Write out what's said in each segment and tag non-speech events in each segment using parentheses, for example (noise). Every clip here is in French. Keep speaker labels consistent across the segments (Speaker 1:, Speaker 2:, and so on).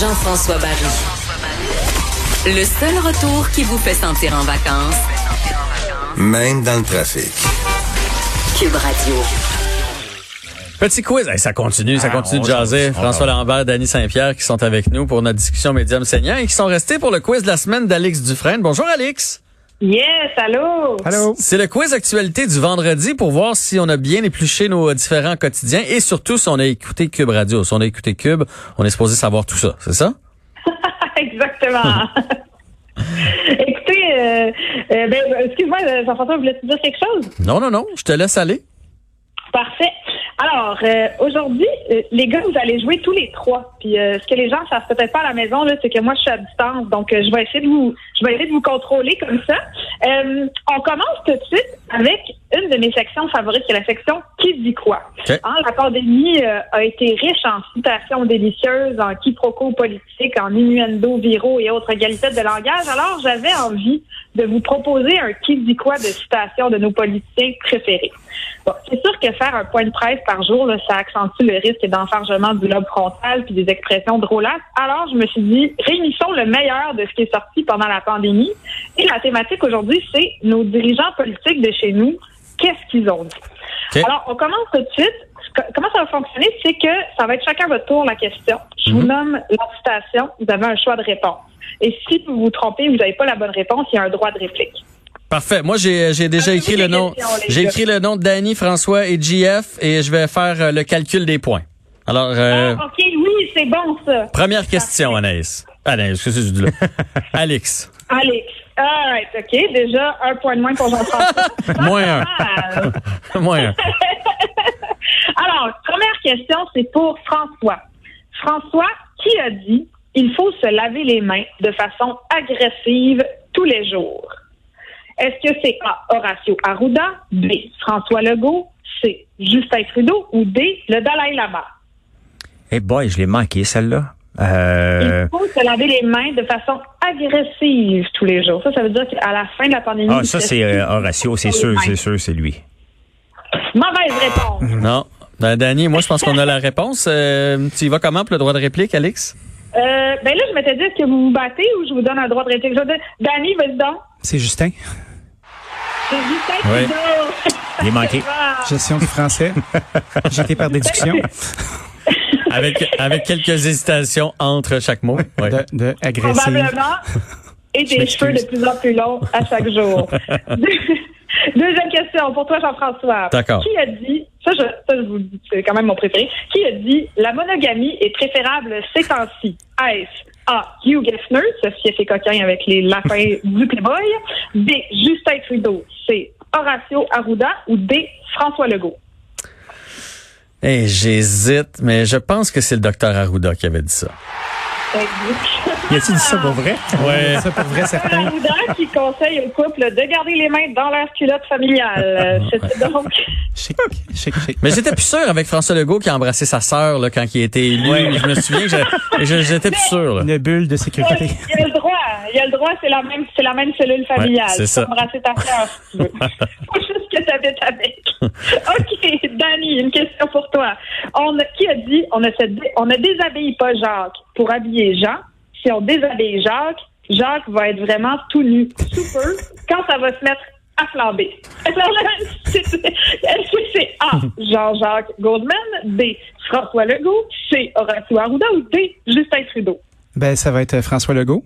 Speaker 1: Jean-François Barry. Le seul retour qui vous fait sentir en vacances,
Speaker 2: Même dans le trafic.
Speaker 1: Cube Radio.
Speaker 3: Petit quiz, Hey, ça continue, ça
Speaker 4: Ah,
Speaker 3: continue
Speaker 4: on
Speaker 3: de jaser.
Speaker 4: s'en- Ah, on
Speaker 3: François Lambert, Dany Saint-Pierre qui sont avec nous pour notre discussion médium saignant et qui sont restés pour le quiz de la semaine d'Alix Dufresne. Bonjour Alix.
Speaker 5: Yes, allô?
Speaker 4: Allô?
Speaker 3: C'est le quiz actualité du vendredi pour voir si on a bien épluché nos euh, différents quotidiens et surtout si on a écouté Cube Radio. Si on a écouté Cube, on est supposé savoir tout ça, c'est ça?
Speaker 5: (laughs) Exactement. Écoutez, euh, euh, ben, excuse-moi, euh, Jean-François, vous voulez dire quelque chose?
Speaker 3: Non, non, non, je te laisse aller.
Speaker 5: Parfait. Alors, euh, aujourd'hui, euh, les gars, vous allez jouer tous les trois. Puis, euh, ce que les gens savent peut-être pas à la maison, là, c'est que moi, je suis à distance. Donc, euh, je vais essayer de vous, je vais essayer de vous contrôler comme ça. Euh, on commence tout de suite avec une de mes sections favorites, qui est la section qui dit quoi.
Speaker 3: OK.
Speaker 5: Hein, la pandémie euh, a été riche en citations délicieuses, en quiproquos politiques, en innuendos viraux et autres égalités de langage. Alors, j'avais envie de vous proposer un qui dit quoi de citations de nos politiciens préférés. Bon, c'est sûr que faire un point de presse par jour, là, ça accentue le risque d'enfargement du lobe frontal puis des expressions drôlasses. Alors, je me suis dit, réunissons le meilleur de ce qui est sorti pendant la pandémie. Et la thématique aujourd'hui, c'est nos dirigeants politiques de chez nous, qu'est-ce qu'ils ont dit?
Speaker 3: OK.
Speaker 5: Alors, on commence tout de suite. Co- Comment ça va fonctionner? C'est que ça va être chacun votre tour la question. Je
Speaker 3: Mhm.
Speaker 5: vous nomme la citation, vous avez un choix de réponse. Et si vous vous trompez, vous n'avez pas la bonne réponse, il y a un droit de réplique.
Speaker 3: Parfait. Moi, j'ai, j'ai déjà
Speaker 5: Ah,
Speaker 3: écrit
Speaker 5: c'est
Speaker 3: le
Speaker 5: des
Speaker 3: nom.
Speaker 5: questions, les
Speaker 3: J'ai
Speaker 5: gars.
Speaker 3: écrit le nom de Danny, François et JF et je vais faire euh, le calcul des points. Alors, euh,
Speaker 5: Ah, OK, oui, c'est bon ça.
Speaker 3: première question, Anaïs. Anaïs, qu'est-ce que tu dis là? Alex, (laughs)
Speaker 5: Allez. All right, OK. Déjà, un point de moins pour Jean-François.
Speaker 3: moins
Speaker 5: Ah.
Speaker 3: un. moins un.
Speaker 5: Alors, première question, c'est pour François. François, qui a dit il faut se laver les mains de façon agressive tous les jours? Est-ce que c'est A. Horacio Arruda, B. François Legault, C. Justin Trudeau ou D. Le Dalai Lama?
Speaker 4: Eh boy, je l'ai manqué, celle-là.
Speaker 5: Il
Speaker 4: Euh,
Speaker 5: faut se laver les mains de façon agressive tous les jours. Ça, ça veut dire qu'à la fin de la pandémie.
Speaker 4: ah, ça, c'est euh, Horatio, c'est sûr, c'est sûr, c'est lui.
Speaker 5: Mauvaise réponse.
Speaker 3: Non. Ben, Danny, moi, je pense qu'on a la réponse. Euh, tu y vas comment pour le droit de réplique, Alex?
Speaker 5: Euh, ben là, je m'étais dit, est-ce que vous vous battez ou je vous donne un droit de réplique? Je vais dire, Danny, vas-y donc.
Speaker 6: C'est Justin,
Speaker 5: C'est Justin
Speaker 4: Ouais.
Speaker 5: Trudeau.
Speaker 4: Il
Speaker 5: (laughs)
Speaker 4: est manqué.
Speaker 6: gestion du français. J'étais par déduction
Speaker 3: Avec, avec quelques hésitations entre chaque mot. Oui.
Speaker 6: de, de agressive. (laughs)
Speaker 5: Probablement. Et
Speaker 6: Je
Speaker 5: des
Speaker 6: m'excuse.
Speaker 5: cheveux de plus en plus longs à
Speaker 6: (laughs)
Speaker 5: chaque jour. (laughs) Deuxième question pour toi, Jean-François.
Speaker 3: D'accord.
Speaker 5: Qui a dit, ça je, ça, je vous le dis, c'est quand même mon préféré, qui a dit la monogamie est préférable ces temps-ci? Est-ce A. Hugh Geffner, ce fief et coquin avec les
Speaker 6: (laughs)
Speaker 5: lapins du Playboy? B. Justin Trudeau? C. Horacio Arruda? Ou D. François
Speaker 6: (laughs)
Speaker 5: Legault?
Speaker 3: Eh, j'hésite, mais je pense que c'est le docteur Arruda qui avait dit ça.
Speaker 4: Y a-t-il dit ça pour vrai?
Speaker 3: Ouais.
Speaker 6: Ça, pour vrai, certain.
Speaker 5: Arruda qui conseille aux couples de garder les mains dans leur culotte
Speaker 6: (laughs)
Speaker 5: familiale. C'était donc
Speaker 6: Chic, chic, chic.
Speaker 3: Mais j'étais plus sûr avec François Legault qui a embrassé sa sœur là, quand il a été élu. Je me souviens que je- je- j'étais plus sûr.
Speaker 4: (laughs)
Speaker 3: là.
Speaker 6: Une bulle de sécurité.
Speaker 5: Oh, Il y a le droit. Il y a le droit, c'est la même, c'est la même cellule familiale.
Speaker 3: Ouais, c'est ça.
Speaker 5: Tu peux Embrasser
Speaker 3: (laughs)
Speaker 5: ta sœur, si tu veux. Faut juste que tu habites avec. OK, Danny, une question pour toi. On, a- qui a dit, on ne se dé- on ne déshabille pas Jacques pour habiller Jean. Si on déshabille Jacques, Jacques va être vraiment tout nu, tout peu, quand ça va se mettre à flamber. (laughs) Alors là, c'est- c'est- est-ce que c'est A, Jean-Jacques Goldman, B, François Legault, C, Horacio Arruda ou D, Justin Trudeau?
Speaker 6: Ben, ça va être euh, François Legault.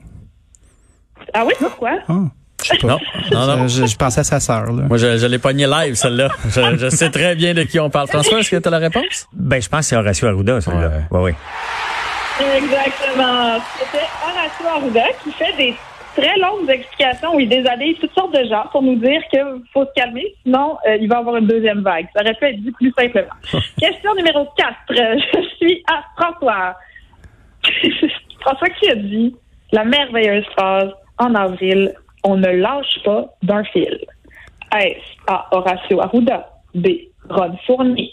Speaker 5: Ah oui, pourquoi?
Speaker 6: Oh, je sais pas.
Speaker 3: Non, non, non.
Speaker 6: Euh, Je, je pensais à sa sœur, là.
Speaker 3: Moi, je, je l'ai pogné live, celle-là. Je, je sais très bien de qui on parle. François, est-ce que tu as la réponse?
Speaker 4: Ben, je pense que c'est Horatio Arruda, celle-là. Ouais, ouais.
Speaker 5: Exactement. C'était Horacio Arruda qui fait des très longues explications où il déshabille toutes sortes de gens pour nous dire qu'il faut se calmer, sinon euh, il va y avoir une deuxième vague. Ça aurait pu être dit plus simplement. Question numéro 4. Je suis à François. (laughs) François qui a dit la merveilleuse phrase en avril, on ne lâche pas d'un fil. S. A. Horacio Arruda. B. Rod Fournier.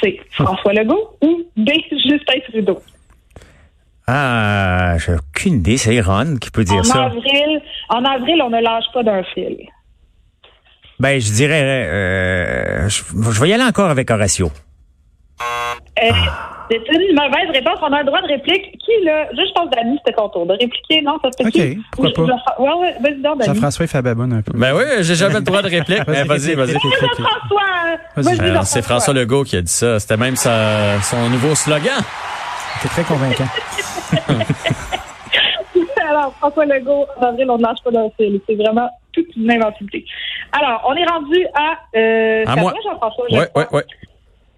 Speaker 5: C. François Legault. Ou D. Justin Trudeau.
Speaker 4: Ah, j'ai aucune idée. C'est Ron qui peut dire
Speaker 5: en
Speaker 4: ça.
Speaker 5: avril, en avril, on ne lâche pas d'un fil.
Speaker 4: Ben, je dirais, euh, je, je vais y aller encore avec Horatio.
Speaker 5: Euh,
Speaker 3: Ah.
Speaker 5: C'est une mauvaise réponse. On a un droit de réplique. Qui, là? Juste, je pense, Dani, c'était ton tour de répliquer. Non, ça se
Speaker 6: OK,
Speaker 5: fait qui?
Speaker 6: pourquoi
Speaker 5: Ou
Speaker 6: pas?
Speaker 5: je dois- Ouais, ouais, vas-y donc, Dani.
Speaker 6: Jean-François il fait babonne un peu.
Speaker 3: Ben oui, j'ai jamais le droit de réplique.
Speaker 4: (laughs) Eh,
Speaker 3: mais Vas-y, vas-y.
Speaker 6: Euh,
Speaker 5: Jean-François!
Speaker 6: Vas-y.
Speaker 5: Vas-y,
Speaker 3: Euh,
Speaker 5: Jean-François.
Speaker 3: C'est François Legault qui a dit ça. C'était même sa- son nouveau slogan.
Speaker 6: C'est très convaincant.
Speaker 5: (laughs) Alors, François Legault, en avril, on ne lâche pas d'un fil. C'est vraiment toute une inventivité. Alors, on est rendu à... Euh,
Speaker 3: À
Speaker 5: c'est
Speaker 3: moi.
Speaker 5: toi, Jean-François, je
Speaker 3: Ouais,
Speaker 5: crois.
Speaker 3: ouais, ouais.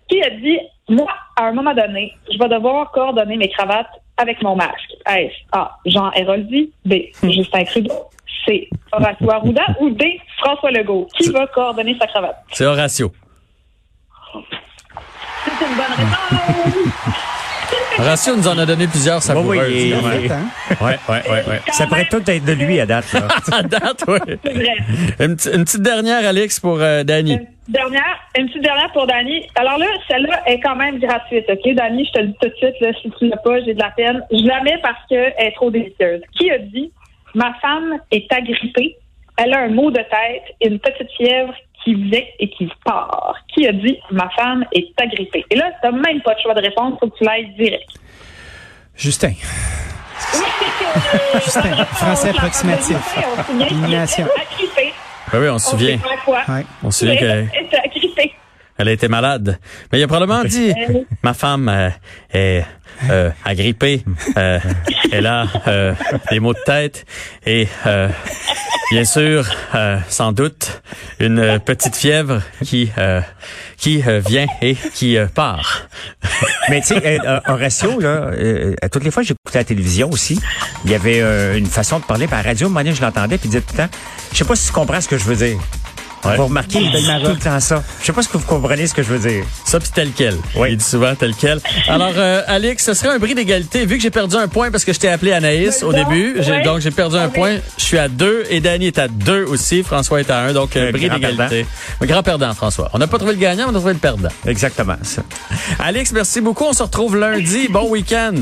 Speaker 5: qui a dit Moi, à un moment donné, je vais devoir coordonner mes cravates avec mon masque. S. A. Jean Héroldi. B. Justin Trudeau. C. Horacio Arruda. Ou D. François Legault. Qui va coordonner sa cravate?
Speaker 3: C'est Horatio.
Speaker 5: C'est une bonne réponse!
Speaker 3: Horatio nous en a donné plusieurs savoureuses.
Speaker 4: Oh Oui, oui,
Speaker 3: quand même.
Speaker 4: oui.
Speaker 6: Attends.
Speaker 4: Ouais, ouais, ouais, ouais. Ça
Speaker 5: Quand
Speaker 4: pourrait tout être de lui à date. là.
Speaker 3: (laughs) À date, oui.
Speaker 5: (laughs)
Speaker 3: (laughs) Une, petite- une petite dernière, Alex, pour euh, Danny.
Speaker 5: Une petite dernière, une petite dernière pour Dani. Alors là, celle-là est quand même gratuite, OK? Dani, je te le dis tout de suite, là, si tu l'as pas, j'ai de la peine. Je la mets parce qu'elle est trop délicieuse. Qui a dit Ma femme est agrippée, elle a un mot de tête et une petite fièvre qui vient et qui part. Qui a dit Ma femme est agrippée? Et là, t'as même pas de choix de réponse, faut que tu l'ailles direct.
Speaker 6: Justin.
Speaker 5: (laughs)
Speaker 6: Justin, français approximatif.
Speaker 5: On se souvient qu'il était
Speaker 6: Nation.
Speaker 5: agrippé.
Speaker 3: Ben oui, on se
Speaker 5: On
Speaker 3: souvient.
Speaker 5: sait pas à quoi.
Speaker 6: Ouais.
Speaker 3: On se souvient
Speaker 5: Mais
Speaker 3: qu'elle
Speaker 5: elle était agrippée.
Speaker 3: elle a été malade. Mais il a probablement dit, ma femme euh, est euh, agrippée, euh, elle a euh, des maux de tête et euh, bien sûr, euh, sans doute, une euh, petite fièvre qui euh, qui euh, vient et qui euh, part.
Speaker 4: Mais tu sais, euh, euh, Horatio, là, euh, à toutes les fois, j'écoutais la télévision aussi. Il y avait euh, une façon de parler par radio. À un moment donné, je l'entendais, puis il disait tout le temps, je sais pas si tu comprends ce que je veux dire. Vous remarquez, il dit tout le temps ça. Je sais pas si vous comprenez ce que je veux dire.
Speaker 3: Ça, puis tel quel.
Speaker 4: Oui.
Speaker 3: Il dit souvent tel quel. Alors, euh, Alex, ce serait un bris d'égalité. Vu que j'ai perdu un point parce que je t'ai appelé Anaïs au
Speaker 5: Donc,
Speaker 3: début, j'ai-
Speaker 5: ouais.
Speaker 3: donc j'ai perdu un
Speaker 5: Oui.
Speaker 3: point. Je suis à deux et Danny est à deux aussi. François est à un, donc euh,
Speaker 4: Un
Speaker 3: bris
Speaker 4: grand
Speaker 3: d'égalité. Un grand perdant, François. On n'a pas trouvé le gagnant, on a trouvé le perdant.
Speaker 4: Exactement. Ça.
Speaker 3: Alex, merci beaucoup. On se retrouve lundi. Bon week-end.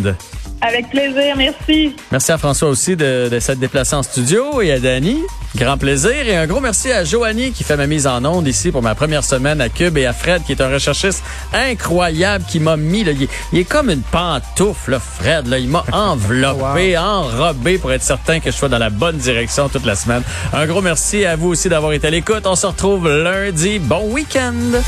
Speaker 5: Avec plaisir, merci.
Speaker 3: Merci à François aussi de, de s'être déplacé en studio et à Danny. Grand plaisir. Et un gros merci à Joanie qui fait ma mise en onde ici pour ma première semaine à Cube et à Fred qui est un recherchiste incroyable qui m'a mis, là, il, est- il est comme une pantoufle, là, Fred. Là, il m'a enveloppé, enrobé pour être certain que je sois dans la bonne direction toute la semaine. Un gros merci à vous aussi d'avoir été à l'écoute. On se retrouve lundi. Bon week-end.